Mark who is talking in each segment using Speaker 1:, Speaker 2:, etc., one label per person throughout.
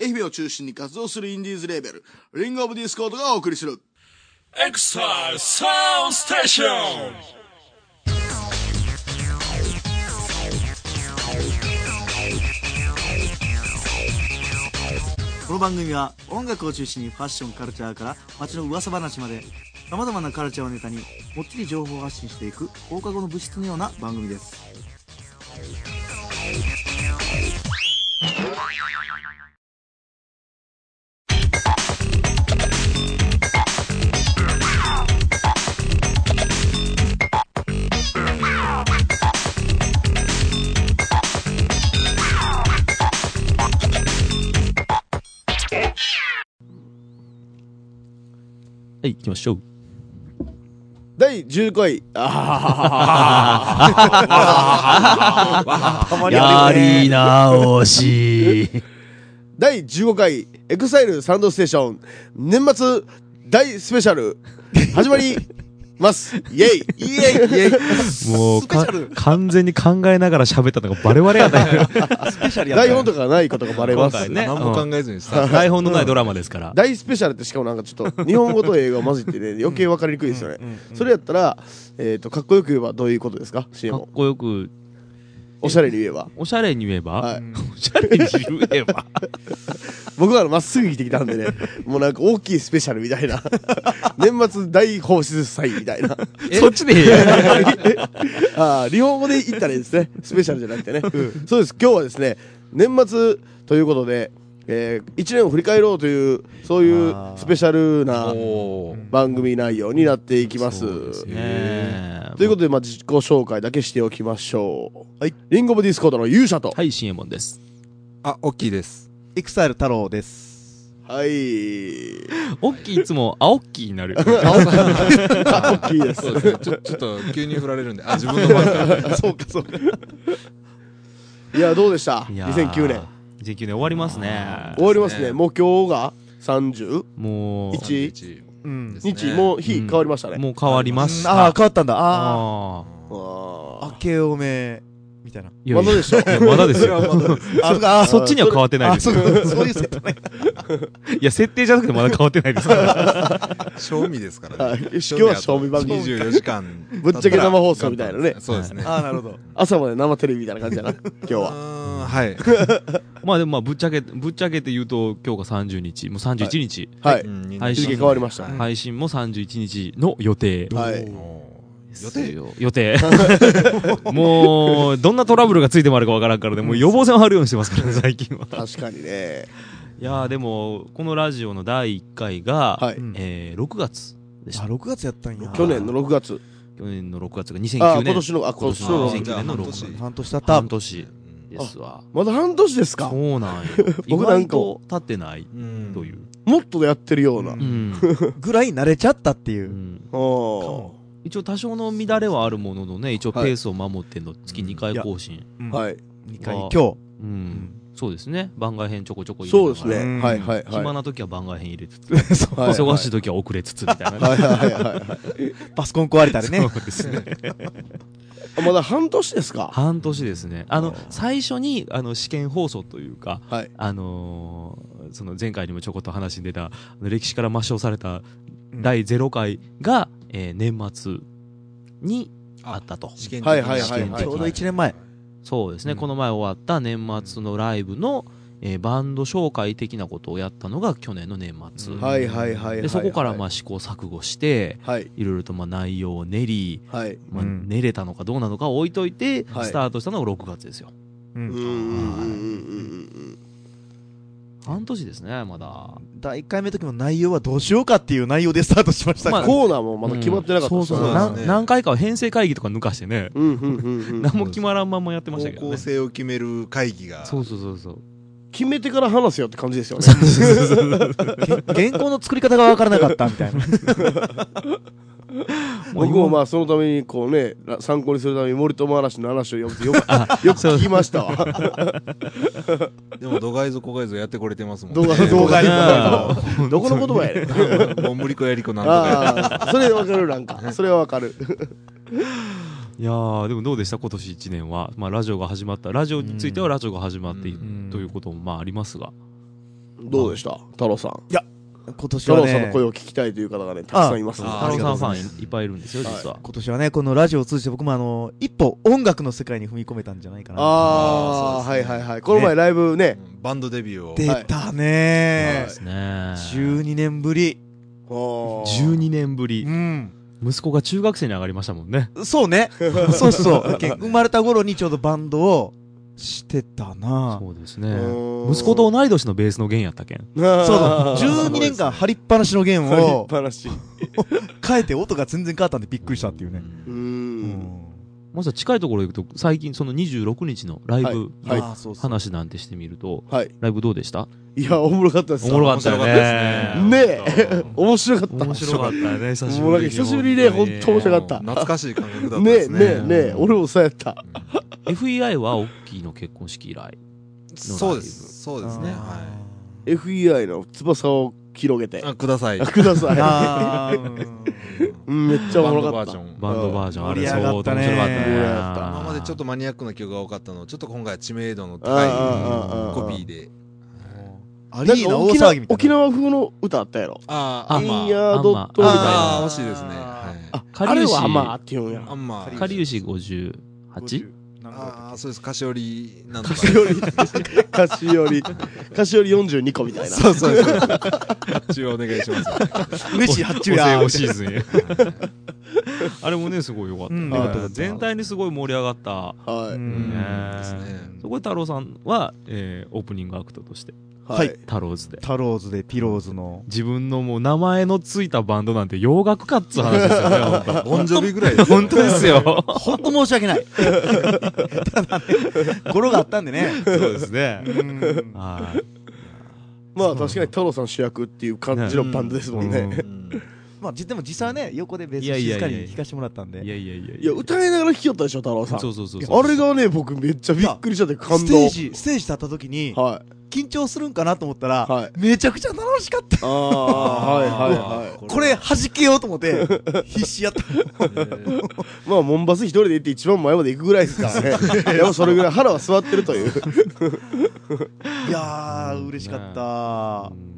Speaker 1: 愛媛を中心に活動するインディーズレーベル、リングオブディスコードがお送りする。
Speaker 2: エクササウンステーション
Speaker 3: この番組は音楽を中心にファッションカルチャーから街の噂話まで様々なカルチャーをネタにもっちり情報発信していく放課後の物質のような番組です
Speaker 4: はい、行きましょう。
Speaker 1: 第15位。
Speaker 4: やり直し。
Speaker 1: 第15回、エクサイルサウンドステーション、年末大スペシャル、始まり ます。イェイイェイイェ
Speaker 4: もうか、完全に考えながら喋ったのがバレバレやったよ。
Speaker 1: イ台本とかないことがバレま
Speaker 4: 今
Speaker 1: す。
Speaker 4: 回ね。
Speaker 5: 何も考
Speaker 4: うん
Speaker 5: えずにさ、
Speaker 4: 台本のないドラマですから。
Speaker 1: 大スペシャルってしかもなんかちょっと日本語と英語が混じってね余計分かりにくいですよね、それやったら、えー、とかっこよく言えばどういうことですか
Speaker 4: か
Speaker 1: CM
Speaker 4: っこよく、
Speaker 1: おしゃれに言えば、
Speaker 4: おしゃれに言えば、
Speaker 1: はい、
Speaker 4: おしゃれに言えば。
Speaker 1: 僕はまっすぐ生きてきたんでねもうなんか大きいスペシャルみたい な年末大放出祭みたいな
Speaker 4: そっちで言え。
Speaker 1: ああ日本語で言ったらいいですねスペシャルじゃなくてね、そうです今日はですね年末ということで、え1年を振り返ろうというそういう
Speaker 4: あー
Speaker 1: スペシャルな
Speaker 5: おー
Speaker 1: 番組内容になっていきます
Speaker 5: そうですね
Speaker 4: ねえ
Speaker 1: ということで、まあ、自己紹介だけしておきましょう。はい。リンゴブディスコードの勇者と。
Speaker 4: はい、新右衛門です。
Speaker 5: あ、大きいです。
Speaker 3: エクサイル太郎です
Speaker 1: はい。
Speaker 4: おっきいいつも、あおっきいになる。
Speaker 1: あ、大きいです。
Speaker 5: そうですね。 ちょ、ちょっと急に振られるんで、あ、自分の番か。
Speaker 3: そうかそうか
Speaker 1: いや、どうでした
Speaker 4: いやー
Speaker 1: ?2009 年。。
Speaker 4: 2009年終わりますね。
Speaker 1: 終わります
Speaker 5: そうです
Speaker 1: ね。
Speaker 5: ね
Speaker 1: もう今日が 30?
Speaker 4: もう、
Speaker 1: 一日
Speaker 3: うん
Speaker 5: ですね
Speaker 1: 日、もう日
Speaker 4: うん
Speaker 1: 変わりましたね。
Speaker 4: もう変わりました。
Speaker 3: ああ変わったんだあ
Speaker 4: あ
Speaker 1: あ
Speaker 3: あ明けおめみたいな
Speaker 4: ー。い
Speaker 1: ー
Speaker 4: や
Speaker 1: ま
Speaker 4: い
Speaker 1: だ
Speaker 4: や
Speaker 1: でしょ
Speaker 4: いやまだですよ。
Speaker 3: あそうかあ
Speaker 4: そ っちには変わってないです
Speaker 3: そうかそういう設定
Speaker 4: いや、設定じゃなくてまだ変わってないです から。
Speaker 5: 賞味ですから
Speaker 1: はい
Speaker 5: ね。
Speaker 1: 今日は賞味番組
Speaker 5: 24時間。
Speaker 1: ぶっちゃけ生放送みたいなね。
Speaker 5: そうですね。
Speaker 3: ああなるほど
Speaker 1: 朝まで生テレビみたいな感じ だな、今日
Speaker 5: う
Speaker 1: は。
Speaker 5: ーんはい。
Speaker 4: まあでもまあぶっちゃけ、ぶっちゃけて言うと、今日が30日、もう31日、
Speaker 1: はい。
Speaker 4: 配
Speaker 1: 日
Speaker 4: 信
Speaker 1: 付変わりました。
Speaker 4: 配信も31日の予定。
Speaker 1: はい。
Speaker 5: 予定
Speaker 4: よ。予定。 もう、どんなトラブルがついてもあるかわからんからね、もう予防線を張るようにしてますからね、最近は。
Speaker 1: 確かにね。
Speaker 4: いやーでも、このラジオの第1回が、
Speaker 1: はい
Speaker 3: うん
Speaker 4: えー、6月でした
Speaker 3: あ。6月やったんや
Speaker 1: 去年の6月。
Speaker 4: 去年の6月が
Speaker 1: あ
Speaker 4: 2009
Speaker 1: ー、今
Speaker 4: 年。
Speaker 1: 年の、あ、今年の
Speaker 4: 今
Speaker 1: 6
Speaker 4: 年
Speaker 1: 月。
Speaker 4: の2009年の6
Speaker 5: じゃあ半
Speaker 4: 月。
Speaker 3: 半年経った
Speaker 4: 半年ですわ。
Speaker 1: まだ半年ですか
Speaker 4: そうなんよ。
Speaker 1: 僕
Speaker 4: 僕
Speaker 1: な
Speaker 4: なんん
Speaker 1: か
Speaker 4: か立ってない
Speaker 5: うん
Speaker 4: という。
Speaker 1: もっとやってるような。
Speaker 5: う
Speaker 1: うん
Speaker 4: うん。
Speaker 3: ぐらい慣れちゃったっていううん
Speaker 1: ん。
Speaker 4: 一応多少の乱れはあるもののね一応ペースを守ってんの月2回更新、
Speaker 3: い
Speaker 1: はい。
Speaker 3: 2回
Speaker 4: わあ
Speaker 3: 今日
Speaker 4: うんそうですね番外編ちょこちょこ入れな
Speaker 1: そ
Speaker 4: が
Speaker 1: う
Speaker 4: ら
Speaker 1: ですね
Speaker 3: う。ん
Speaker 1: はいはいはい。
Speaker 4: 暇な時は番外編入れつつ、
Speaker 3: そう
Speaker 1: はい
Speaker 4: 忙しい時は遅れつつみたいな、
Speaker 1: はいはいはいはい。
Speaker 3: パソコン壊れたりね
Speaker 4: そうですね
Speaker 1: あまだ半年ですか。
Speaker 4: 半年ですねあの最初にあの試験放送というか
Speaker 1: はい。
Speaker 4: あのーその前回にもちょこっと話に出たあの歴史から抹消された第0回が、えー年末にあったと
Speaker 5: 試験的な
Speaker 1: はいはいはい
Speaker 4: 試験
Speaker 1: は
Speaker 4: 的
Speaker 1: い。
Speaker 3: ちょうど1年前
Speaker 4: そうですね、
Speaker 5: うん
Speaker 4: この前終わった年末のライブの、えーバンド紹介的なことをやったのが去年の年末、
Speaker 5: うん
Speaker 1: はいはいはいはい。
Speaker 4: でそこからまあ試行錯誤して
Speaker 1: はい
Speaker 4: いろいろとまあ内容を練り、
Speaker 1: はい。
Speaker 4: まあ、
Speaker 3: うん
Speaker 4: 練れたのかどうなのか置いといて、
Speaker 1: はい
Speaker 4: スタートしたのが6月ですよ
Speaker 3: う
Speaker 1: うん
Speaker 3: ん
Speaker 1: うんうんうんうん
Speaker 4: 半年ですねまだ
Speaker 3: 第1回目の時の内容はどうしようかっていう内容でスタートしました
Speaker 1: う
Speaker 3: か
Speaker 1: ん。
Speaker 3: ら
Speaker 1: コーナーもまだ決まってなかった
Speaker 4: そうそうそう
Speaker 5: そうです
Speaker 4: な
Speaker 5: ね
Speaker 4: ん何回かは編成会議とか抜かしてね、
Speaker 1: うんうんうんうん
Speaker 4: 何も決まらんままやってました
Speaker 5: 方
Speaker 4: けど
Speaker 5: 向
Speaker 4: ね
Speaker 5: 性を決める会議が。
Speaker 4: そうそうそうそう
Speaker 1: 決めてから話せよって感じですよね。
Speaker 3: げ原稿の作り方が分からなかったみた いな
Speaker 1: 僕もまあそのためにこうねら参考にするために森友嵐の話をよくよく よく聞きましたわ。
Speaker 5: でも、度外ぞ小外ぞやってこれてますもん
Speaker 1: 動画 動画
Speaker 4: あ
Speaker 1: どこの言葉やねん。
Speaker 5: もう無理こやりこなんとかや
Speaker 1: ああそれわかるなんかそれはわかる。
Speaker 4: いやーでもどうでした今年1年は、まあ、ラジオが始まったラジオについては
Speaker 5: うん
Speaker 4: ラジオが始まっている
Speaker 5: うん
Speaker 4: ということもまあありますが
Speaker 1: うどうでした太郎さん
Speaker 6: 今年
Speaker 1: 太
Speaker 6: は
Speaker 1: 郎さんの
Speaker 6: ね
Speaker 1: 声を聞きたいという方がねたくさんいますので
Speaker 5: あ
Speaker 6: あ
Speaker 4: 太郎さんフ
Speaker 6: りがとうございま
Speaker 4: ァンいっぱいいるんですよ、実は。
Speaker 6: 今年はねこのラジオを通じて僕もあの一歩音楽の世界に踏み込めたんじゃないかな
Speaker 1: ああー
Speaker 5: そう
Speaker 1: は
Speaker 5: で
Speaker 1: い
Speaker 5: すね
Speaker 1: はいはいこの前ライブね
Speaker 5: バンドデビューを
Speaker 6: 出たね
Speaker 4: ですね。
Speaker 6: 12年ぶり
Speaker 1: おー
Speaker 4: 12年ぶ
Speaker 6: う
Speaker 4: り。
Speaker 6: ん
Speaker 4: 息子が中学生に上がりましたもんね。
Speaker 6: そう ねそうそうけ生まれた頃にちょうどバンドをしてたな
Speaker 4: そうですね
Speaker 1: う。ーん
Speaker 4: 息子 と同い年のベースの弦やったけん。
Speaker 1: あー
Speaker 6: そうだ12年間張りっぱなしの弦
Speaker 1: 張りっ
Speaker 6: を
Speaker 1: ぱなし
Speaker 6: 変えて音が全然変わったんでびっくりしたっていうね
Speaker 1: う
Speaker 6: うん
Speaker 4: まずは近いところ行くと、最近その26日のライブ
Speaker 1: は
Speaker 4: の
Speaker 1: い
Speaker 6: ああそうそう
Speaker 4: 話なんてしてみると、
Speaker 1: はい
Speaker 4: ライブどうでした
Speaker 1: いやおもろかったです
Speaker 4: おもろかったよね
Speaker 1: ねえ面白かった
Speaker 4: 面白かったよね、久し
Speaker 1: もう
Speaker 4: ぶ
Speaker 1: なん
Speaker 4: り
Speaker 1: か
Speaker 4: に。
Speaker 1: 久しぶりね本当 面白かった
Speaker 5: 懐かしい感覚だった
Speaker 1: ね
Speaker 5: で
Speaker 1: え
Speaker 5: す
Speaker 1: ね
Speaker 5: ね
Speaker 1: えねえ俺もそうやった
Speaker 5: うん
Speaker 4: FEI は大きいの結婚式以来。
Speaker 5: そうですそうですねは
Speaker 1: FEI の翼を広げて
Speaker 5: いあください
Speaker 1: くださ い
Speaker 6: あー
Speaker 1: うんめっちゃお
Speaker 5: バン
Speaker 1: も
Speaker 5: ド
Speaker 1: ろか
Speaker 5: バー
Speaker 1: っ
Speaker 5: ジ
Speaker 1: た
Speaker 5: ョン
Speaker 4: バンドバージョンあれ、
Speaker 6: 盛り上がったね
Speaker 4: そう面白かったね
Speaker 6: 盛り上
Speaker 1: がった
Speaker 5: 今までちょっとマニアックな曲が多かったのちょっと今回は知名度の
Speaker 1: あーあーあ
Speaker 5: 高
Speaker 1: ー
Speaker 5: いコピーで
Speaker 6: アリ
Speaker 1: なん
Speaker 6: ー
Speaker 1: か
Speaker 6: ナ大
Speaker 1: 沖縄
Speaker 6: 騒ぎみたい
Speaker 1: 沖
Speaker 6: な
Speaker 1: 縄風の歌あったやろ
Speaker 5: あ
Speaker 1: イ
Speaker 5: あ
Speaker 4: あ
Speaker 5: アンマ
Speaker 1: ン
Speaker 5: ー
Speaker 1: ヤードットみたいな
Speaker 5: ああ惜しいですねはい
Speaker 1: あ
Speaker 4: かり
Speaker 1: あれ
Speaker 4: ゆし
Speaker 1: はアマーって言うんや
Speaker 5: アンマー
Speaker 4: かりゆし 58?
Speaker 5: ああそうです菓子折りなんとか
Speaker 1: 菓子折り菓子折り菓子折り42個みたいな
Speaker 5: そうそうそう発注お願いします
Speaker 6: 嬉しい発注や
Speaker 4: シ ーズンあれもね、すごい良かった
Speaker 6: うん
Speaker 4: ね。
Speaker 1: 良かった良かった
Speaker 4: 全体にすごい盛り上がった。
Speaker 1: は
Speaker 6: う
Speaker 1: い
Speaker 6: ん
Speaker 5: ですね
Speaker 4: そこで太郎さんは、えーオープニングアクトとして、
Speaker 1: は
Speaker 6: はいい
Speaker 4: 太郎ズで。
Speaker 6: タローズでピローズの
Speaker 4: 自分のもう名前のついたバンドなんて洋楽かっつう話ですよね、本当
Speaker 5: ボンジョビぐらいですよ
Speaker 4: 本当ですよ。
Speaker 6: 本当申し訳ないただね語呂があったんでね
Speaker 4: そうです ね。
Speaker 6: うん
Speaker 4: はい。
Speaker 1: まあ確かに太郎さん主役っていう感じのバンドですもんね
Speaker 4: うん
Speaker 5: うん
Speaker 6: まあじでも実際はね横でベース
Speaker 4: いやい
Speaker 6: 静
Speaker 4: やいや
Speaker 6: か
Speaker 4: いや
Speaker 6: に弾かしてもらったんで
Speaker 4: いやいやいや
Speaker 1: いや歌いながら聴きよったでしょ太郎さん
Speaker 4: そうそうそうそう。
Speaker 1: あれがね僕めっちゃびっくりしちゃって感
Speaker 6: ステ
Speaker 1: 動
Speaker 6: ージステージ立った時に
Speaker 1: はい
Speaker 6: 緊張するんかなと思ったら、
Speaker 1: はい
Speaker 6: めちゃくちゃ楽しかった
Speaker 1: ああはいはいはい
Speaker 6: これ弾けようと思 って必死やった
Speaker 1: まあモンバス一人で行って一番前まで行くぐらいですからねでもそれぐらい腹は座ってるという
Speaker 6: いやー嬉しかった、
Speaker 4: うん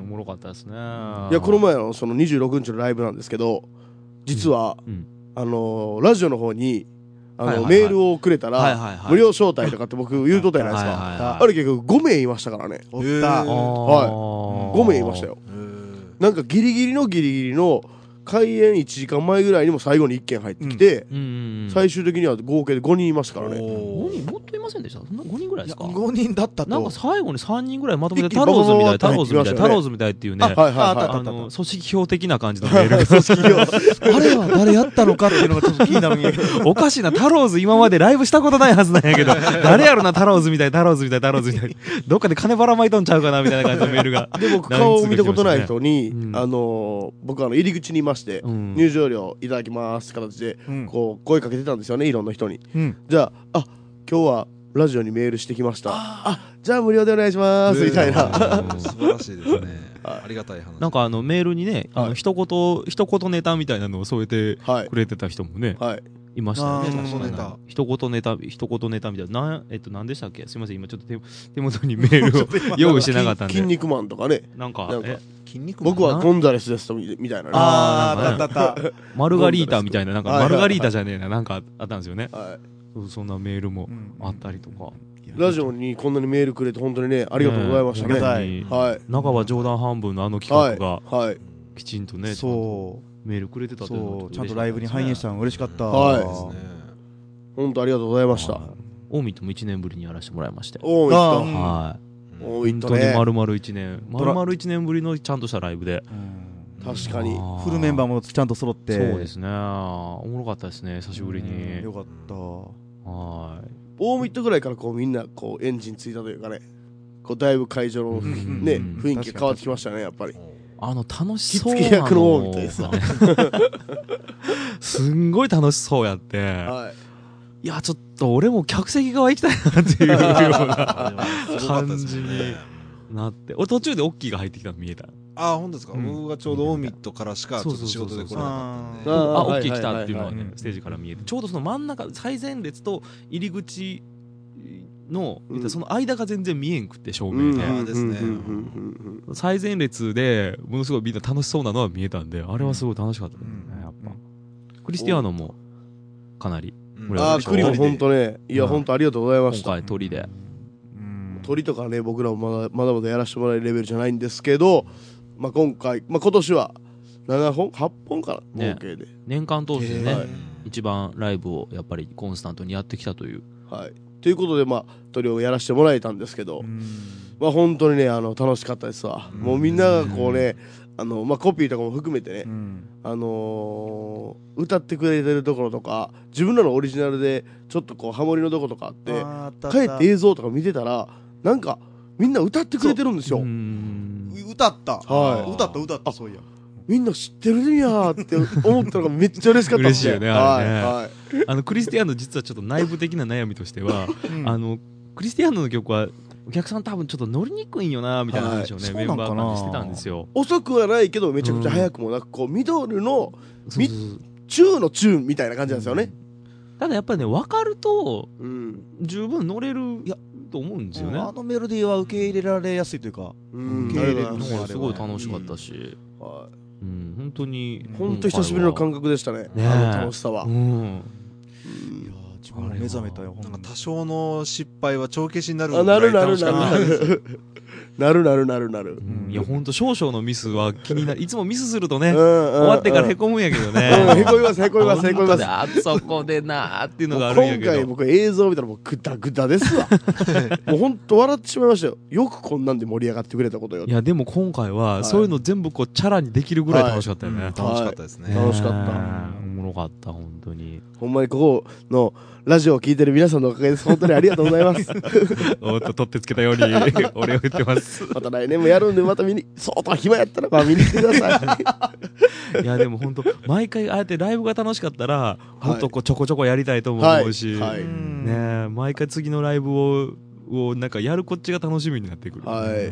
Speaker 4: おもろかったですね。い
Speaker 1: いや
Speaker 4: や
Speaker 1: この前のその26日のライブなんですけど実は、
Speaker 4: うんう
Speaker 1: あのーラジオの方にあの、
Speaker 4: はいはいはい
Speaker 1: メールをくれたら、
Speaker 4: はいはいはい
Speaker 1: 無料招待とかって僕言うとったじゃないですか、
Speaker 4: はいはいはい
Speaker 1: あれ結局5名いましたからね
Speaker 6: おった、
Speaker 5: へー
Speaker 1: は5名いました。よなんかギリギリのギリギリの開演1時間前ぐらいにも最後に1件入ってきて、
Speaker 4: うんうんうん。
Speaker 1: 最終的には合計で5人いましたからね
Speaker 4: 5人もっといませんでしたそんな5人ぐらい
Speaker 6: い
Speaker 4: で
Speaker 6: や
Speaker 4: すか
Speaker 6: 5人だったと
Speaker 4: なんか最後に3人ぐらいまとめ
Speaker 1: 一
Speaker 4: て
Speaker 1: 気に
Speaker 4: タローズみたい
Speaker 1: バ
Speaker 4: タ
Speaker 1: バ
Speaker 4: ロー
Speaker 1: ババって
Speaker 4: ズみたい
Speaker 1: 行きましたね
Speaker 4: タローズみたいっていうね
Speaker 1: はい
Speaker 6: あ
Speaker 1: はい
Speaker 6: あった
Speaker 1: は
Speaker 4: あの組織票的な感じのメー ルが
Speaker 6: あれは誰やったのかっていうのがちょっと気になるんやけど
Speaker 4: おかしいなタローズ今までライブしたことないはずなんや けど誰やろなタローズみたいタローズみたいタローズみたいどっかで金ばらまいとんちゃうかなみたいな感じのメールが
Speaker 1: いで僕顔を見たことない人に、
Speaker 4: うん
Speaker 1: あのー僕あの入り口にいまして、
Speaker 4: うん
Speaker 1: 入場料いただきますって形で
Speaker 6: うん
Speaker 1: こう声かけてたんですよねいろんな人に
Speaker 6: うん
Speaker 1: じゃああ今日はラジオにメールしてきましたあじゃあ無料でお願いしますみたいな
Speaker 5: うん素晴らしいですねありがたい話
Speaker 4: なんかあのメールにねあ
Speaker 1: は
Speaker 4: の
Speaker 1: い
Speaker 4: 一言一言ネタみたいなのを添えて
Speaker 1: はい
Speaker 4: くれてた人もね
Speaker 1: はい
Speaker 4: いましたね
Speaker 6: あー
Speaker 4: 確かに
Speaker 5: ネタ
Speaker 4: 一言ネタ一言ネタみたいななんえっと何でしたっけすいません今ちょっと手手元にメ ールを用意してなかったん
Speaker 1: 筋
Speaker 4: で
Speaker 1: 肉マンとかね
Speaker 4: なんか
Speaker 1: なんか
Speaker 4: え
Speaker 5: 筋肉
Speaker 1: 僕はゴンザレスですとみみたいなねは
Speaker 6: あーあったあったあった
Speaker 4: マルガリータみたいな、なんか、
Speaker 1: はいは
Speaker 4: マ
Speaker 1: いはい
Speaker 4: ルガリータじゃねえな、なんかあったんですよね。
Speaker 1: い
Speaker 4: そうそんなメールも
Speaker 6: うん
Speaker 4: あったりとか。
Speaker 1: ラジオにこんなにメールくれて本当にねありがとうございましたね
Speaker 4: ね
Speaker 1: は
Speaker 4: あ
Speaker 1: い
Speaker 4: りが
Speaker 1: はい
Speaker 4: 中は冗談半分のあの
Speaker 1: は
Speaker 4: 企
Speaker 1: い
Speaker 4: 画が、
Speaker 1: はい
Speaker 4: きちんとね、
Speaker 6: そ
Speaker 4: ちゃんとメールくれて
Speaker 6: う
Speaker 4: たというのが
Speaker 6: そうちゃんとライブに反映したの嬉しかった、
Speaker 1: はい
Speaker 5: そうですね
Speaker 1: 本当ありがとうございまし。た
Speaker 4: はい近江とも1年ぶりにやらせてもらいまして。
Speaker 1: おお
Speaker 6: あ
Speaker 1: いっ
Speaker 6: ー
Speaker 4: はい。
Speaker 1: た
Speaker 5: うん
Speaker 1: おいっ
Speaker 4: 本
Speaker 1: た
Speaker 4: 当に
Speaker 1: ね
Speaker 4: 丸々1年、
Speaker 6: ド
Speaker 4: 丸
Speaker 6: ラ
Speaker 4: 々1年ぶりのちゃんとしたライブで。
Speaker 6: うん
Speaker 1: 確かに
Speaker 4: あ
Speaker 6: フルメンバーもちゃんと揃って
Speaker 4: そうですね。おもろかったですね、久しぶり
Speaker 6: うん
Speaker 4: に
Speaker 6: よ。かった
Speaker 4: はい。
Speaker 1: 大ミットぐらいからこうみんなこうエンジンついたというかねこうだいぶ会場の
Speaker 4: うん
Speaker 1: ね
Speaker 4: うん
Speaker 1: 雰囲気が変わってきましたねやっぱり
Speaker 4: あの楽しそう
Speaker 1: 着付け役の王みたいですな
Speaker 4: なのがねすんごい楽しそうやって、
Speaker 1: はい
Speaker 4: い、やちょっと俺も客席側行きたいなっていうような
Speaker 5: あでもすごかったですよ
Speaker 4: 感じに
Speaker 5: ね
Speaker 4: なって俺途中でオッキーが入ってきたの見えた
Speaker 5: ああ本当ですか
Speaker 4: うん
Speaker 5: 僕がちょうどオーミットからしかちょっと仕事で来れなかったんで
Speaker 1: あー
Speaker 4: あ
Speaker 1: は
Speaker 4: オ
Speaker 1: い
Speaker 4: ッキー来たっていうのは
Speaker 6: はい
Speaker 4: ね
Speaker 6: はい
Speaker 4: ステージから見えてちょうどその真ん中最前列と入り口の、
Speaker 1: うん
Speaker 4: その間が全然見えんくって照明で、
Speaker 5: うんですね
Speaker 4: 最前列でものすごいみんな楽しそうなのは見えたんであれはすごい楽しかったね、
Speaker 6: うん
Speaker 4: やっぱクリスティアーノもかなり
Speaker 5: うん
Speaker 4: 俺
Speaker 1: あ
Speaker 4: は
Speaker 1: あ、クリも
Speaker 5: 一人で
Speaker 1: 本当ね、いや、
Speaker 4: はい
Speaker 1: 本当ありがとうございまし
Speaker 4: 今
Speaker 1: た。
Speaker 4: 回鳥で
Speaker 6: うん
Speaker 1: 鳥とかね、僕らもまだまだまだやらせてもらえるレベルじゃないんですけど、まあ、今回、まあ、今年は7本、8本かな、
Speaker 4: ね
Speaker 1: 合計で。
Speaker 4: 年間通してね、
Speaker 1: はい
Speaker 4: 一番ライブをやっぱりコンスタントにやってきたという
Speaker 1: はい。ということで、まあ、鳥をやらせてもらえたんですけど、まあ、本当にね、あの、楽しかったですわ。もうみんながこうね、あの、まあ、コピーとかも含めてね、あのー歌ってくれてるところとか、自分らのオリジナルで、ちょっとこう、ハモリのとことかあって、帰って映像とか見てたらなんかみんな歌ってくれてるんですよ、
Speaker 4: うん
Speaker 6: 歌った
Speaker 1: はい
Speaker 6: 歌った歌ったそういや
Speaker 1: みんな知ってるんやーって思ったのがめっちゃ嬉しかったで
Speaker 4: 嬉
Speaker 1: す
Speaker 4: しいよねあ
Speaker 1: は
Speaker 4: れ
Speaker 1: い
Speaker 4: ね
Speaker 1: はい
Speaker 4: あのクリスティアーノ実はちょっと内部的な悩みとしては
Speaker 6: うん
Speaker 4: あのクリスティアーノの曲はお客さん多分ちょっと乗りにくいんよなみたいな話をね、
Speaker 6: は
Speaker 4: メ
Speaker 6: い
Speaker 4: ン
Speaker 6: そうな
Speaker 4: バ
Speaker 6: ん
Speaker 4: ー
Speaker 6: かな
Speaker 4: 間でしてたんですよ
Speaker 1: 遅くはないけどめちゃくちゃ早くもなくこうミドルの
Speaker 4: そうそうそう
Speaker 1: 中の中みたいな感じなんですよね、
Speaker 4: ただやっぱりね分かると
Speaker 1: うん
Speaker 4: 十分乗れると思うんですよね
Speaker 6: あのメロディーは受け入れられやすいというか
Speaker 1: うん
Speaker 6: 受
Speaker 1: あ
Speaker 6: け
Speaker 1: り
Speaker 6: 入
Speaker 1: が
Speaker 6: れる
Speaker 1: とうござ
Speaker 4: なん
Speaker 1: いま
Speaker 4: か
Speaker 1: す
Speaker 4: すごい楽しかったし、
Speaker 1: は
Speaker 4: うん、本当に
Speaker 1: いほんと久しぶりの感覚でしたね
Speaker 4: ねえ
Speaker 1: あの楽しさは、
Speaker 4: う
Speaker 1: うん
Speaker 4: ん
Speaker 6: いやー自分も目覚めたよほん
Speaker 5: なん
Speaker 6: ま
Speaker 5: か
Speaker 6: に
Speaker 5: 多少の失敗は帳消しになる
Speaker 1: あなるな
Speaker 5: 楽
Speaker 1: る
Speaker 5: しか
Speaker 1: な
Speaker 5: った
Speaker 1: るなるなるなるなる
Speaker 4: いや本当少々のミスは気にな るいつもミスするとね
Speaker 1: 終
Speaker 4: 終わってからへこむんやけどね
Speaker 1: へこみますへこみま すへこみます
Speaker 4: あそこでなーっていうのがあ
Speaker 1: 今
Speaker 4: るんやけ
Speaker 1: 回
Speaker 4: ど
Speaker 1: 僕映像見たらもうグダグダで すわもうほんと笑ってしまいましたよよくこんなんで盛り上がってくれたことよ
Speaker 4: いやでも今回
Speaker 1: い
Speaker 4: はそういうの全部こうチャラにできるぐらい楽しかったよね、
Speaker 6: は
Speaker 5: 楽しかったです
Speaker 1: い
Speaker 5: ね
Speaker 1: うん楽しかった
Speaker 4: おもろかった本当に
Speaker 1: ほんまにここのラジオを聞いてる皆さんのおかげです本当にありがとうございます
Speaker 4: おっと取ってつけたように俺を言ってます
Speaker 1: また来年もやるんでまた見に相当暇やったらまあ見に来てください
Speaker 4: いやでも本当毎回ああやってライブが楽しかったらもっとこうちょこちょこやりたいとも
Speaker 1: は
Speaker 4: 思
Speaker 1: いう
Speaker 4: し、
Speaker 1: はい
Speaker 6: うん
Speaker 4: ねえ毎回次のライブををなんかやるこっちが楽しみになってくる、
Speaker 1: はい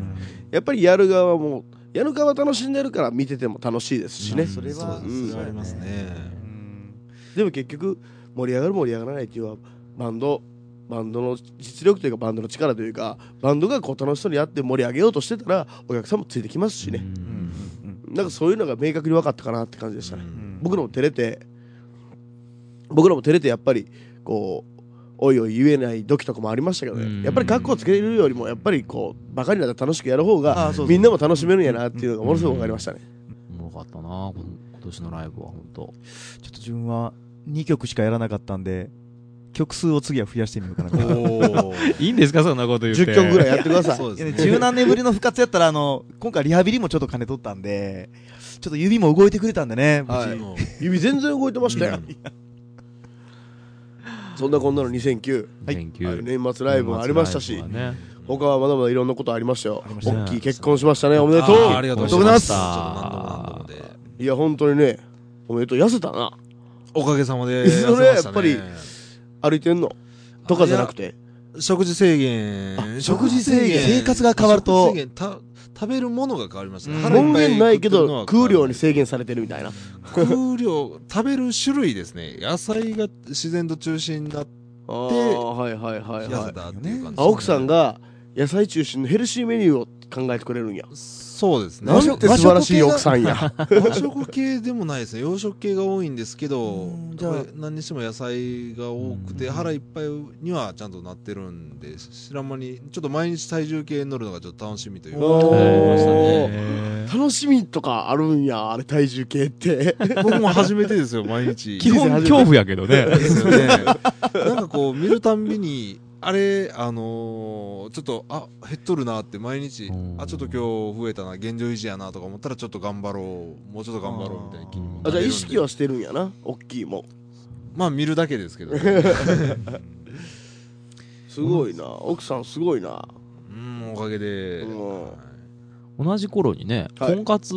Speaker 1: やっぱりやる側もやる側楽しんでるから見てても楽しいですしね
Speaker 4: うん
Speaker 6: それは
Speaker 1: うん
Speaker 6: そう
Speaker 5: あ
Speaker 6: や
Speaker 5: りますね
Speaker 6: うん
Speaker 1: でも結局盛り上がる盛り上がらないっていうのはバンドバンドの実力というかバンドの力というかバンドがこう楽しそうにやって盛り上げようとしてたらお客さんもついてきますしね、
Speaker 4: うん
Speaker 1: なんかそういうのが明確に分かったかなって感じでしたね、
Speaker 6: ん
Speaker 1: 僕らも照れて僕らも照れてやっぱりこうおいおい言えない時とかもありましたけどね、
Speaker 4: うん
Speaker 1: やっぱり格好つけるよりもやっぱりこうバカになって楽しくやる方
Speaker 6: あー
Speaker 1: が
Speaker 6: そうそう
Speaker 1: みんなも楽しめるんやなっていうのがものすごく分かりましたね、
Speaker 4: おもろかったなこの今年のライブは本当
Speaker 6: ちょっと自分は2曲しかやらなかったんで曲数を次は増やしてみようかなみたいな
Speaker 5: おー
Speaker 4: いいんですかそんなこと言って
Speaker 1: 10曲ぐらい
Speaker 4: い
Speaker 1: やってください
Speaker 5: そう
Speaker 6: いや
Speaker 5: で
Speaker 6: ね
Speaker 5: すね
Speaker 6: 十何年ぶりの復活やったら、あの、今回リハビリもちょっと金取ったんで、ちょっと指も動いてくれたんでね、無
Speaker 1: はい
Speaker 6: 事。
Speaker 5: うん
Speaker 1: 指全然動いてましたよそんなこんなの2009
Speaker 4: Thank
Speaker 1: あ
Speaker 4: you
Speaker 1: の年末ライブもありましたし
Speaker 4: 年末ライブはね
Speaker 1: 他はまだまだいろんなことありましたよ
Speaker 6: ありましたね
Speaker 1: 大きい結婚しましたねおめでと
Speaker 5: あーあ
Speaker 1: う
Speaker 5: りがとうござい
Speaker 4: おめでとうございま
Speaker 5: ますすちょっと何度も何度もで
Speaker 1: いや本当にねおめでとう痩せたな
Speaker 5: おかげさまで痩せ
Speaker 1: そ
Speaker 5: ましたね
Speaker 1: れはやっぱり歩いてんのとかじゃなくて
Speaker 5: 食事制限
Speaker 6: 食事制限生活が変わると
Speaker 5: 食事制限た食べるものが変わりますね
Speaker 6: うん
Speaker 5: 腹いっ
Speaker 1: 門
Speaker 5: ぱ
Speaker 1: 限ないけ
Speaker 5: 食ってるの
Speaker 1: ど
Speaker 5: は
Speaker 1: 食う量に制限されてるみたいな
Speaker 5: 食う量食べる種類ですね野菜が自然と中心になって
Speaker 1: あーはいはいはい
Speaker 5: 痩
Speaker 1: は
Speaker 5: せ
Speaker 1: い
Speaker 5: たっていう感じ
Speaker 1: あ奥さんが野菜中心のヘルシーメニューを考えてくれるんや
Speaker 5: そうですね
Speaker 1: なんて素晴らしい奥さんや
Speaker 5: 和食系でもないですね洋食系が多いんですけど
Speaker 6: うんじゃあ
Speaker 5: これ何にしても野菜が多くて
Speaker 6: うん
Speaker 5: 腹いっぱいにはちゃんとなってるんで知らん間にちょっと毎日体重計に乗るのがちょっと楽しみというか
Speaker 1: おー
Speaker 4: へー
Speaker 1: 楽しみとかあるんやあれ体重計って
Speaker 5: 僕も初めてですよ毎日
Speaker 4: 基本恐怖やけどね
Speaker 5: ですよねなんかこう見るたんびにあれあのーちょっとあ減っとるなって毎日
Speaker 4: うん
Speaker 5: あちょっと今日増えたな現状維持やなとか思ったらちょっと頑張ろうもうちょっと頑張ろうみたいな気にも
Speaker 1: あ
Speaker 5: な
Speaker 1: じゃあ
Speaker 5: れるん
Speaker 1: 意
Speaker 5: で
Speaker 1: 識はしてるんやな大きいもん
Speaker 5: まあ見るだけ ですけどね
Speaker 1: すごいな奥さんすごいな
Speaker 5: うんおかげで
Speaker 1: うん
Speaker 5: はい
Speaker 4: 同じ頃にね
Speaker 1: はい
Speaker 4: 婚活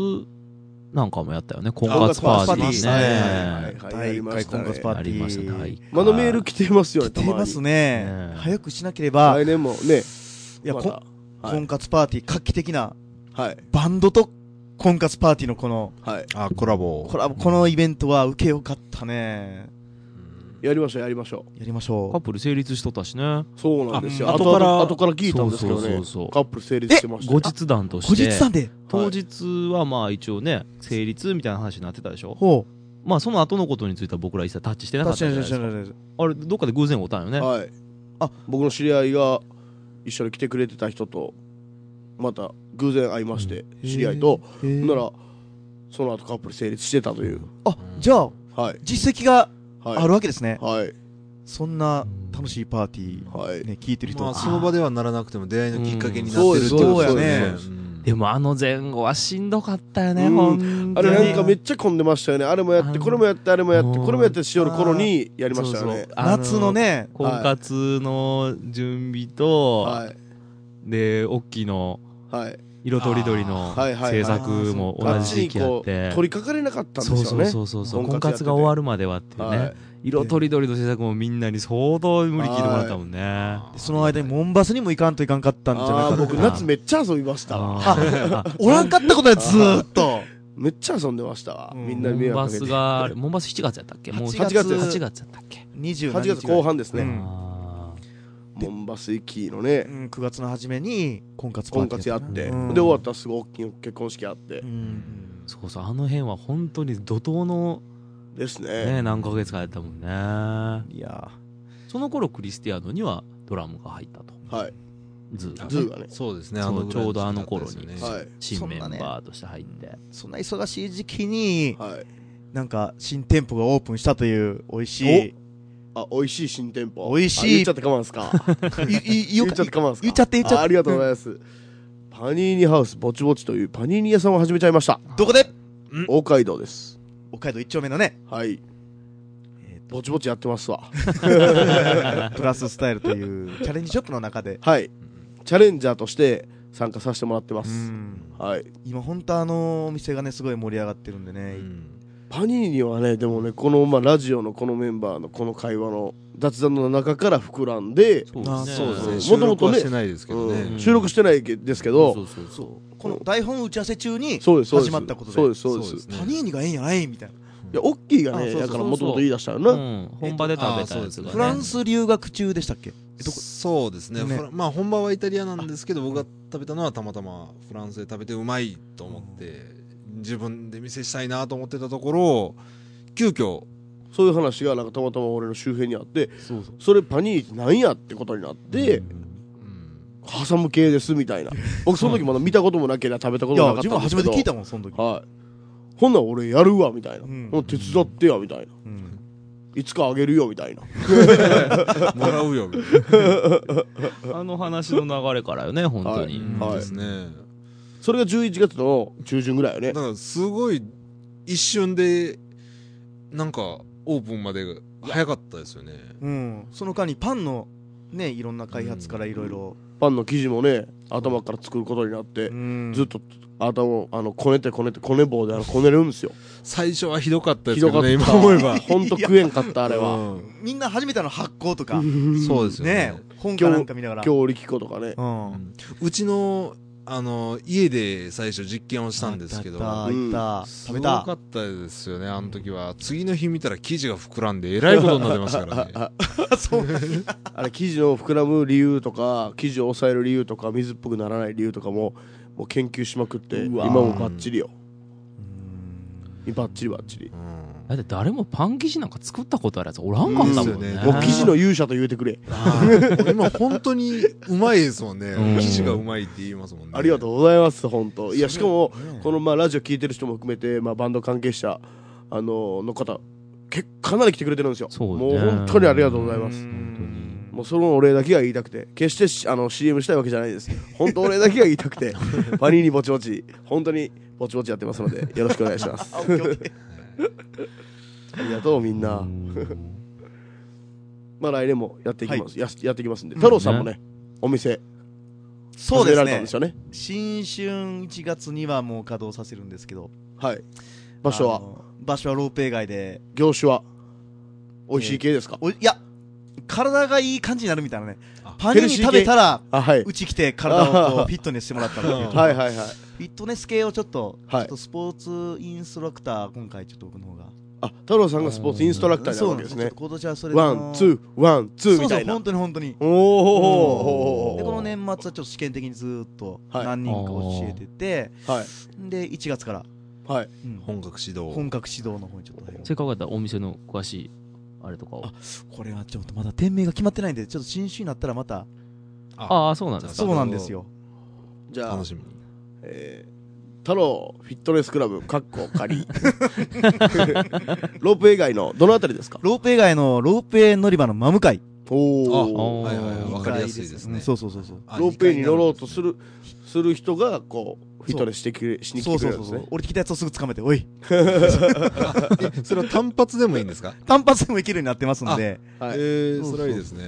Speaker 4: なんかもやったよね婚
Speaker 1: 婚
Speaker 4: 活
Speaker 1: 活
Speaker 4: パ
Speaker 1: パ
Speaker 4: ー
Speaker 1: ー
Speaker 4: テ
Speaker 1: テ
Speaker 4: ィ
Speaker 1: ィ
Speaker 4: ー
Speaker 1: ー
Speaker 4: ね
Speaker 1: はいはいはいやり
Speaker 6: 第1
Speaker 1: ま
Speaker 6: 回
Speaker 1: した
Speaker 6: コ
Speaker 1: ね
Speaker 6: ンカスパ
Speaker 4: あ
Speaker 6: ーテ
Speaker 4: り
Speaker 6: ィ
Speaker 4: ました第
Speaker 6: ー。
Speaker 4: 一回
Speaker 1: まだメール来てますよ
Speaker 6: 来
Speaker 1: ね
Speaker 6: て
Speaker 1: たま
Speaker 6: ま
Speaker 1: に
Speaker 6: すね
Speaker 4: ね。
Speaker 6: 早くしなければ、
Speaker 1: 来年もね
Speaker 6: いや、
Speaker 1: ま
Speaker 6: こ
Speaker 1: たはい
Speaker 6: 婚活パーティー、画期的な、
Speaker 1: はい
Speaker 6: バンドと婚活パーティーのこの、
Speaker 1: はい
Speaker 5: あコラボ
Speaker 6: コラボ、このイベントは受けよかったね。
Speaker 5: うん
Speaker 1: やりましょうやりましょ
Speaker 6: やりましょ
Speaker 4: カップル成立しとったしね
Speaker 1: うそうなんですよ
Speaker 4: あ
Speaker 1: 後か
Speaker 4: うん
Speaker 1: ら後から聞いたんですけど
Speaker 4: そうそ
Speaker 1: ね
Speaker 4: うそうそう
Speaker 1: カップル成立してました
Speaker 4: 後
Speaker 1: よ
Speaker 4: 日談と
Speaker 6: う
Speaker 4: し
Speaker 6: 後
Speaker 4: て
Speaker 6: 日談で
Speaker 4: 当日はまあ一応ね成立みたいな話になってたでしょ
Speaker 6: ほう
Speaker 4: まあその後のことについては僕ら一切タッチしてなかったじゃないですかあれどっかで偶然おったんよね
Speaker 1: はい
Speaker 6: あ
Speaker 1: 僕の知り合いが一緒に来てくれてた人とまた偶然会いまして知り合いと
Speaker 6: へー
Speaker 1: ならその後カップル成立してたという
Speaker 6: あじゃあ
Speaker 1: はい
Speaker 6: 実績が
Speaker 1: はい
Speaker 6: あるわけですね、
Speaker 1: はい
Speaker 6: そんな楽しいパーティー、
Speaker 1: はい
Speaker 6: ね、聞いてる人、
Speaker 5: まあ、その場ではならなくても出会いのきっかけにな
Speaker 1: うん
Speaker 5: ってるってことです
Speaker 1: そうで
Speaker 5: ね
Speaker 1: すそうで。
Speaker 5: うん
Speaker 4: でもあの前後はしんどかったよね
Speaker 1: うん
Speaker 4: ほん
Speaker 1: あ
Speaker 4: とに
Speaker 1: れなんかめっちゃ混んでましたよねあれもやっ
Speaker 4: あ
Speaker 1: て
Speaker 4: の
Speaker 1: これもやってあれもやって
Speaker 4: うん
Speaker 1: これもやってしよる頃にやりましたよ
Speaker 4: そう
Speaker 1: ね
Speaker 4: そうあ
Speaker 6: 夏のね
Speaker 4: 婚活の準備と、
Speaker 1: はい
Speaker 4: でおっきいの
Speaker 1: はい
Speaker 4: 色とりどりの
Speaker 1: あーはいはいはい
Speaker 4: 制作も同じ時期やって
Speaker 1: あっちにこう取りかかれなかったんですよね
Speaker 4: そうそうそうそう婚
Speaker 1: 婚活やって
Speaker 4: 活
Speaker 1: て
Speaker 4: が終わるまではっていうね、
Speaker 1: はい
Speaker 4: 色とりどりの制作もみんなに相当無理聞いてもらったもんねあ
Speaker 6: その間にモンバスにも行かんといかんかったんじゃない
Speaker 1: あ
Speaker 6: か
Speaker 1: ー
Speaker 6: と
Speaker 1: 僕夏めっちゃ遊びましたわ
Speaker 4: ー あ
Speaker 6: おらんかったことやずーっと
Speaker 1: めっちゃ遊んでましたわ
Speaker 6: うん
Speaker 1: みん
Speaker 4: モ
Speaker 1: なに迷
Speaker 4: ンバ
Speaker 1: 惑か
Speaker 4: ス
Speaker 1: けて
Speaker 4: があれモンバス7月やったっけもう
Speaker 6: 8
Speaker 1: 月です
Speaker 4: 8月やったっけ、
Speaker 6: 27
Speaker 1: 8月後半ですね
Speaker 6: うん
Speaker 4: あー
Speaker 1: モンバス行きのね
Speaker 6: うん、9月の初めに婚活パー
Speaker 1: 婚
Speaker 6: ティー
Speaker 1: 活やってで
Speaker 6: うん
Speaker 1: 終わったらすぐ大きい結婚式あって
Speaker 6: うん
Speaker 4: そうそうあの辺は本当に怒涛の
Speaker 1: です
Speaker 4: ね
Speaker 1: ね
Speaker 4: 何ヶ月かやったもんね
Speaker 6: いや
Speaker 4: その頃クリスティアーノにはドラムが入ったと
Speaker 1: はい
Speaker 4: ズーが
Speaker 1: ズーがね
Speaker 5: そうですね。
Speaker 4: そう
Speaker 5: のぐらい
Speaker 4: ちょうどあの頃に
Speaker 5: 時期だったですよね
Speaker 1: はい
Speaker 4: 新メンバーとして入って
Speaker 6: ーそんな忙しい時期に
Speaker 1: はい
Speaker 6: なんか新店舗がオープンしたという美味しい
Speaker 1: あ美味しい新店舗
Speaker 6: 美味しい
Speaker 1: あ言っちゃって構わんすか
Speaker 6: いい
Speaker 1: 言
Speaker 6: よ
Speaker 1: っちゃって構わんすか
Speaker 6: 言っちゃって言っちゃって
Speaker 1: あありがとうございますパニーニハウスぼちぼちというパニーニ屋さんを始めちゃいました
Speaker 6: どこで
Speaker 1: 大街道です
Speaker 6: 北海道一丁目のね
Speaker 1: はいぼちぼちやってますわ
Speaker 6: プラススタイルというチャレンジショップの中で
Speaker 1: はいチャレンジャーとして参加させてもらってま
Speaker 6: う
Speaker 1: す
Speaker 6: ん
Speaker 1: はい
Speaker 6: 今本当あのお店がねすごい盛り上がってるんでね
Speaker 1: パニーニはねでもねこの、まあ、ラジオのこのメンバーのこの会話の雑談の中から膨らんで、
Speaker 4: そう
Speaker 6: あ
Speaker 4: ですね
Speaker 1: そうですね
Speaker 5: もとも
Speaker 1: 元
Speaker 5: と
Speaker 1: 々ね
Speaker 5: してないですけど
Speaker 1: う
Speaker 5: ね
Speaker 1: ん。収録してないけですけど
Speaker 4: そうそうそう
Speaker 6: そうこの台本打ち合わせ中に
Speaker 1: そうですそうで
Speaker 6: 始
Speaker 1: す
Speaker 6: まったことで
Speaker 1: そうですそうです
Speaker 5: ね
Speaker 6: パニーニがええんやないみたい
Speaker 1: いやオッキーが
Speaker 4: あそう
Speaker 1: ね
Speaker 4: そう
Speaker 1: だからもともと言い出したよ
Speaker 4: う
Speaker 1: な、
Speaker 4: ん、本場で食べたやつ
Speaker 5: え
Speaker 6: な
Speaker 5: っ
Speaker 4: が
Speaker 5: と
Speaker 6: フ
Speaker 5: あ
Speaker 6: ラ
Speaker 5: ー
Speaker 6: ンス留学中でしたっけえどこ
Speaker 5: そうですね
Speaker 6: ね
Speaker 5: フラまあ本場はイタリアなんですけど僕が食べたのはたまたまフランスで食べてうまいと思って自分で店したいなと思ってたところ急遽
Speaker 1: そういう話がなんかたまたま俺の周辺にあって
Speaker 4: そうそう
Speaker 1: それパニーニってなんやってことになって、
Speaker 5: うん
Speaker 1: 挟む系ですみたいな僕その時まだ見たこともなければ食べたこともなかっ
Speaker 6: 自分
Speaker 1: たん
Speaker 6: は
Speaker 1: です
Speaker 6: 初
Speaker 1: け
Speaker 6: めて
Speaker 1: ど
Speaker 6: 聞いたもんその時
Speaker 1: はいほんなら俺やるわみたいな、
Speaker 6: うん
Speaker 1: もう手伝ってやみたいな
Speaker 6: うん
Speaker 1: いつかあげるよみたいな
Speaker 5: もらうよみたい
Speaker 4: あの話の流れからよね本当に、
Speaker 5: な
Speaker 1: はい
Speaker 5: ですね
Speaker 1: それが11月の中旬ぐらいよね
Speaker 5: だからすごい一瞬でなんかオープンまでが早かったですよね
Speaker 6: うんその間にパンのねいろんな開発からいろいろ
Speaker 1: パンの生地もね頭から作ることになって、ずっと頭をあのこねてこねてこね棒であのこねるんですよ
Speaker 5: 最初はひどかったで
Speaker 1: ひ
Speaker 5: す
Speaker 1: ど
Speaker 5: けど
Speaker 1: かった
Speaker 5: ね今思えば
Speaker 1: ほんと食えんかったあれは
Speaker 5: うん
Speaker 6: みんな初めてあの発酵とか
Speaker 5: そうですよ
Speaker 6: ね本かなんか見ながら
Speaker 1: 強力粉とかね
Speaker 6: うん
Speaker 5: うちのあの家で最初実験をしたんですけど
Speaker 6: あ
Speaker 1: うん
Speaker 6: いた
Speaker 5: す
Speaker 6: 食べ
Speaker 5: ご
Speaker 6: た
Speaker 5: かったですよねあの時は次の日見たら生地が膨らんでえらいことになってましたからね
Speaker 6: そう
Speaker 1: あれ生地の膨らむ理由とか生地を抑える理由とか水っぽくならない理由とかももう研究しまくって
Speaker 4: うわ
Speaker 1: 今もバッチリよバッチリバッチリ
Speaker 5: うん
Speaker 4: だって誰もパン生地なんか作ったことあるやつおらんかったもんね
Speaker 5: うん
Speaker 1: もう生地の勇者と言うてくれ
Speaker 5: はい今本当にうまいですもんね
Speaker 4: うん
Speaker 5: 生地がうまいって言いますもんね
Speaker 1: ありがとうございます本当いやしかも
Speaker 5: ね
Speaker 1: このまあラジオ聞いてる人も含めてまあバンド関係者あのの方けかなり来てくれてるんですよ
Speaker 4: そうね
Speaker 1: もう本当にありがとうございます
Speaker 4: 本
Speaker 1: もうそのお礼だけが言いたくて決してしあの CM したいわけじゃないです本当お礼だけが言いたくてパニーにぼちぼち本当にぼちぼちやってますのでよろしくお願いします ありがとうみんなまあ来年もやっていきます、ややっていきますんで太郎さんもね、お店
Speaker 6: そうで
Speaker 1: 始めら
Speaker 6: す
Speaker 1: れたん
Speaker 6: ね
Speaker 1: ですよね
Speaker 6: 新春1月にはもう稼働させるんですけど
Speaker 1: はい場所
Speaker 6: あ
Speaker 1: は
Speaker 6: の場所はロープウェイ街で
Speaker 1: 業種は美味しい系ですか、
Speaker 6: おいや体がいい感じになるみたいなね
Speaker 5: あ
Speaker 6: パニーニ食べたら
Speaker 1: あはいう
Speaker 6: ち来て体をこ
Speaker 1: あ
Speaker 6: うフィットネスしてもらったっていう
Speaker 1: はいはいはい
Speaker 6: フィットネス系をちょっと,、
Speaker 1: はい
Speaker 6: ちょっとスポーツインストラクター今回ちょっと僕の方が
Speaker 1: あ太郎さんがスポーツインストラクターになるわけです
Speaker 6: そうなん
Speaker 1: ね
Speaker 6: よ今年はそれで
Speaker 1: ワンツーワンツー
Speaker 6: そう
Speaker 1: み
Speaker 6: そ
Speaker 1: た
Speaker 6: う
Speaker 1: いな
Speaker 6: 本当に本当に
Speaker 1: おお
Speaker 6: でこの年末はちょっと試験的にずーっと
Speaker 1: はい
Speaker 6: 何人か教えてて、
Speaker 1: はい
Speaker 6: で1月から、
Speaker 1: はい
Speaker 6: うん
Speaker 5: 本格指導
Speaker 6: 本格指導の方にちょっと入る
Speaker 4: せっかくだったらお店の詳しいあれとかを
Speaker 6: これはちょっとまだ店名が決まってないんでちょっと新種になったらまた
Speaker 5: あ
Speaker 4: ああそうなんですか
Speaker 6: そうなんですよ
Speaker 1: じゃあ
Speaker 5: 楽しみに
Speaker 1: えー太郎フィットネスクラブかっこ仮ロープ以外のどのあたりですか
Speaker 6: ロープ以外のロープウェイ乗り場の真向かい
Speaker 1: おお
Speaker 4: あ
Speaker 5: はいはいはいわかりやすいです
Speaker 6: う
Speaker 5: ね
Speaker 6: んそうそうそうそう
Speaker 5: あ
Speaker 1: ロープウェイに乗ろうとす
Speaker 5: 二
Speaker 1: るする人がこうフィットネスしてくれしに来
Speaker 6: そ
Speaker 1: て
Speaker 6: うそうそう
Speaker 1: くれるんです
Speaker 6: そ
Speaker 1: ね
Speaker 6: う俺来たやつをすぐ掴めておい
Speaker 5: 階になるんですねえそれは単発でもいいんですか
Speaker 6: 単発でもいけるようになってますので
Speaker 1: はい
Speaker 5: ええ
Speaker 6: そうそう
Speaker 5: それはいいですね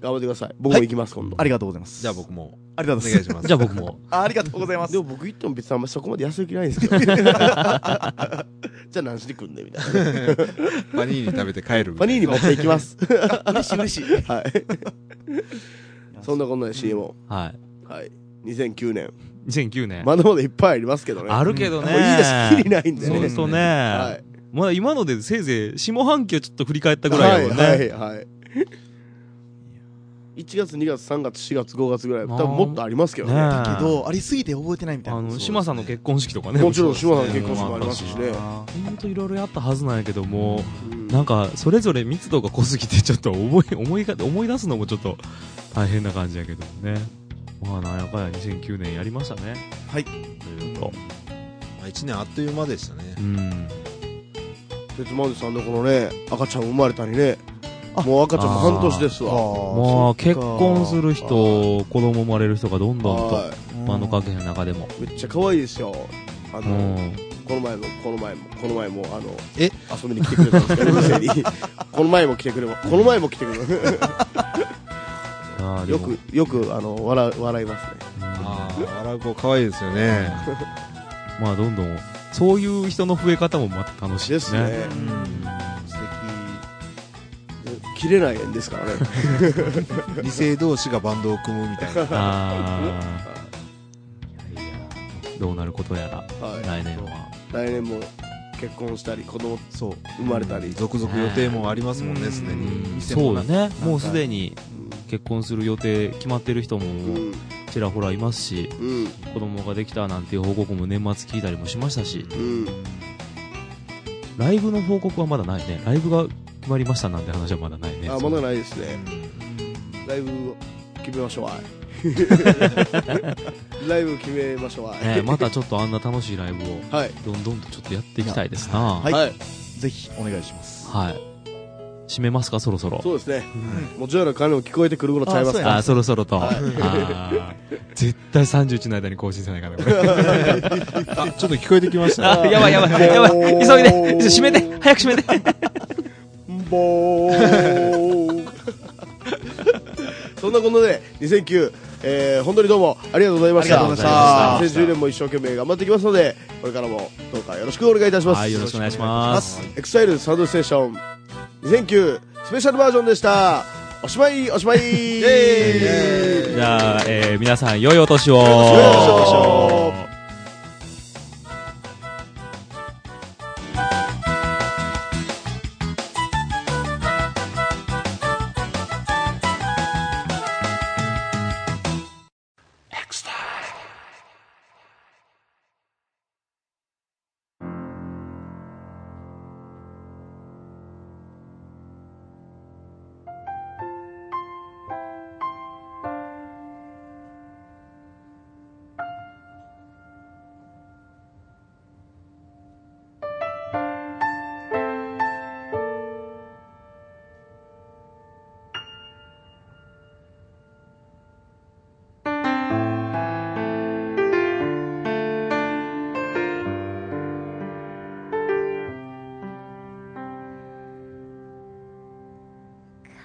Speaker 1: 頑張ってください僕も行きます今度
Speaker 6: ありがとうございます
Speaker 5: じゃあ僕も
Speaker 6: ありが
Speaker 5: お
Speaker 6: とうご
Speaker 5: 願
Speaker 6: ざい
Speaker 5: いし
Speaker 6: ます
Speaker 5: ます
Speaker 4: じゃあ 僕も
Speaker 6: ありがとうございます
Speaker 1: でも僕行っても別にあんまそこまで安い気ないんですけ ど じゃあ何しに来んねみたいな
Speaker 5: パニーニ食べて帰る
Speaker 1: パニーニ持っていきます
Speaker 6: 嬉しい嬉しい
Speaker 1: はいそんなこんなで CM を
Speaker 4: は
Speaker 1: はい2009年
Speaker 4: い2009年
Speaker 1: まだまだいっぱいありますけどね
Speaker 4: あるけど
Speaker 1: も
Speaker 4: ね
Speaker 1: ういいですきりないんで
Speaker 4: そう
Speaker 1: ね
Speaker 4: ですと
Speaker 1: は
Speaker 4: ね
Speaker 1: い
Speaker 4: まだ今のでせいぜい下半期をちょっと振り返ったぐらいだもん
Speaker 1: は
Speaker 4: ね
Speaker 1: いはいはい1月2月3月4月5月ぐらい多分もっとありますけどね
Speaker 4: ね
Speaker 6: けどありすぎて覚えてないみたいな
Speaker 4: あの志麻さんの結婚式とかね
Speaker 1: もちろん
Speaker 4: そう
Speaker 1: 島
Speaker 4: です
Speaker 1: 田
Speaker 4: ね
Speaker 1: の結婚式もありますしね
Speaker 6: あ
Speaker 4: 本当いろいろやったはずなんやけども
Speaker 1: うん
Speaker 4: なんかそれぞれ密度が濃すぎてちょっと思い 思いが思い出すのもちょっと大変な感じやけどねまあなんやかんや2009年やりましたね
Speaker 6: はい
Speaker 4: いろいろと
Speaker 5: まあ一年あっという間でしたね
Speaker 4: うん
Speaker 1: 鉄丸さんのこのね赤ちゃん生まれたりね
Speaker 6: あ
Speaker 1: もう赤ちゃんも半年です
Speaker 6: ー
Speaker 1: わ
Speaker 4: まあ結婚する人
Speaker 6: あ
Speaker 4: 子供生まれる人がどんどんと
Speaker 1: は
Speaker 4: あの影の中でも
Speaker 1: いめっちゃ可愛いですよあ
Speaker 4: う
Speaker 1: の
Speaker 4: ん
Speaker 1: この前もこの前もこの前もあの
Speaker 5: え
Speaker 1: 遊びに来てくれたんですけど店に この前も来てくれまこの前も来てくれま
Speaker 4: あーで
Speaker 1: よ
Speaker 4: も
Speaker 1: くよくあの笑う笑いますね
Speaker 4: うん
Speaker 5: ああ笑う子可愛いですよね
Speaker 4: まあどんどんそういう人の増え方もまた楽しい
Speaker 1: です
Speaker 4: ね
Speaker 1: ね
Speaker 6: 素敵
Speaker 1: 切れない縁です からね
Speaker 5: 理性同士がバンドを組むみたい な
Speaker 4: ああいやいやどうなることやら
Speaker 1: はい
Speaker 4: 来年は
Speaker 1: 来年も結婚したり子供
Speaker 6: そう
Speaker 1: 生まれたり
Speaker 5: 続々予定もありますもんねすで
Speaker 4: うん
Speaker 5: に
Speaker 4: そうだね
Speaker 6: か
Speaker 4: もうすでに結婚する予定決まってる人
Speaker 1: うんう
Speaker 4: も
Speaker 1: ん
Speaker 4: ちらほらいますし
Speaker 1: うん
Speaker 4: 子供ができたなんていう報告も年末聞いたりもしましたし
Speaker 1: うん
Speaker 4: ライブの報告はまだないねライブが決まりましたなんて話はまだないね
Speaker 1: あまだないですね
Speaker 5: うん
Speaker 1: ライブを決めましょ うわいライブ決めましょうわい
Speaker 4: ねまたちょっとあんな楽しいライブを
Speaker 1: はい
Speaker 4: どんどんとちょっとやっていきたいですな
Speaker 6: は
Speaker 4: はいい、
Speaker 1: はい
Speaker 6: ぜひお願いします
Speaker 4: 締めますかそろそろ
Speaker 1: そうですねもうジョイの鐘も聞こえてくる頃ちゃいます
Speaker 6: う
Speaker 1: か
Speaker 6: や
Speaker 4: あーそろそろと、
Speaker 1: はい
Speaker 4: あー絶対31の間に更新せないからねこれ
Speaker 5: あちょっと聞こえてきましたね
Speaker 4: あーやばい やばいやばい急いで締めて早く締めて
Speaker 1: ボーそんなことで2009、えー本当にどうもありがとうございました
Speaker 6: ありがとうございま
Speaker 4: した
Speaker 1: 2010年も一生懸命頑張っていきますのでこれからもどうかよろしくお願いいたします、
Speaker 4: はいよろしくお願いします
Speaker 1: エクサイルサウンドステーション2009スペシャルバージョンでしたおしまいおしまい
Speaker 4: じゃあ、えー皆さん良いお年を
Speaker 1: 良いお年を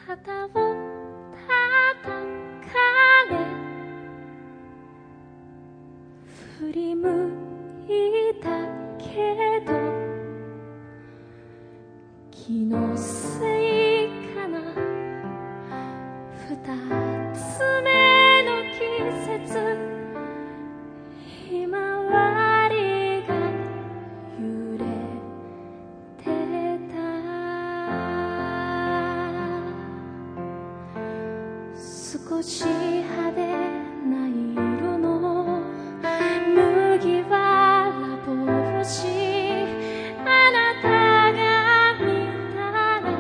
Speaker 7: 肩を叩かれ振り向いたけど気のせいかな二つ目の季節ひまわりが揺れてるち派手な色の麦わら帽子あなたが見たら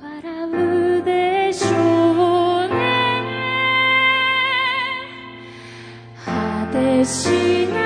Speaker 7: 笑うでしょうね果てしない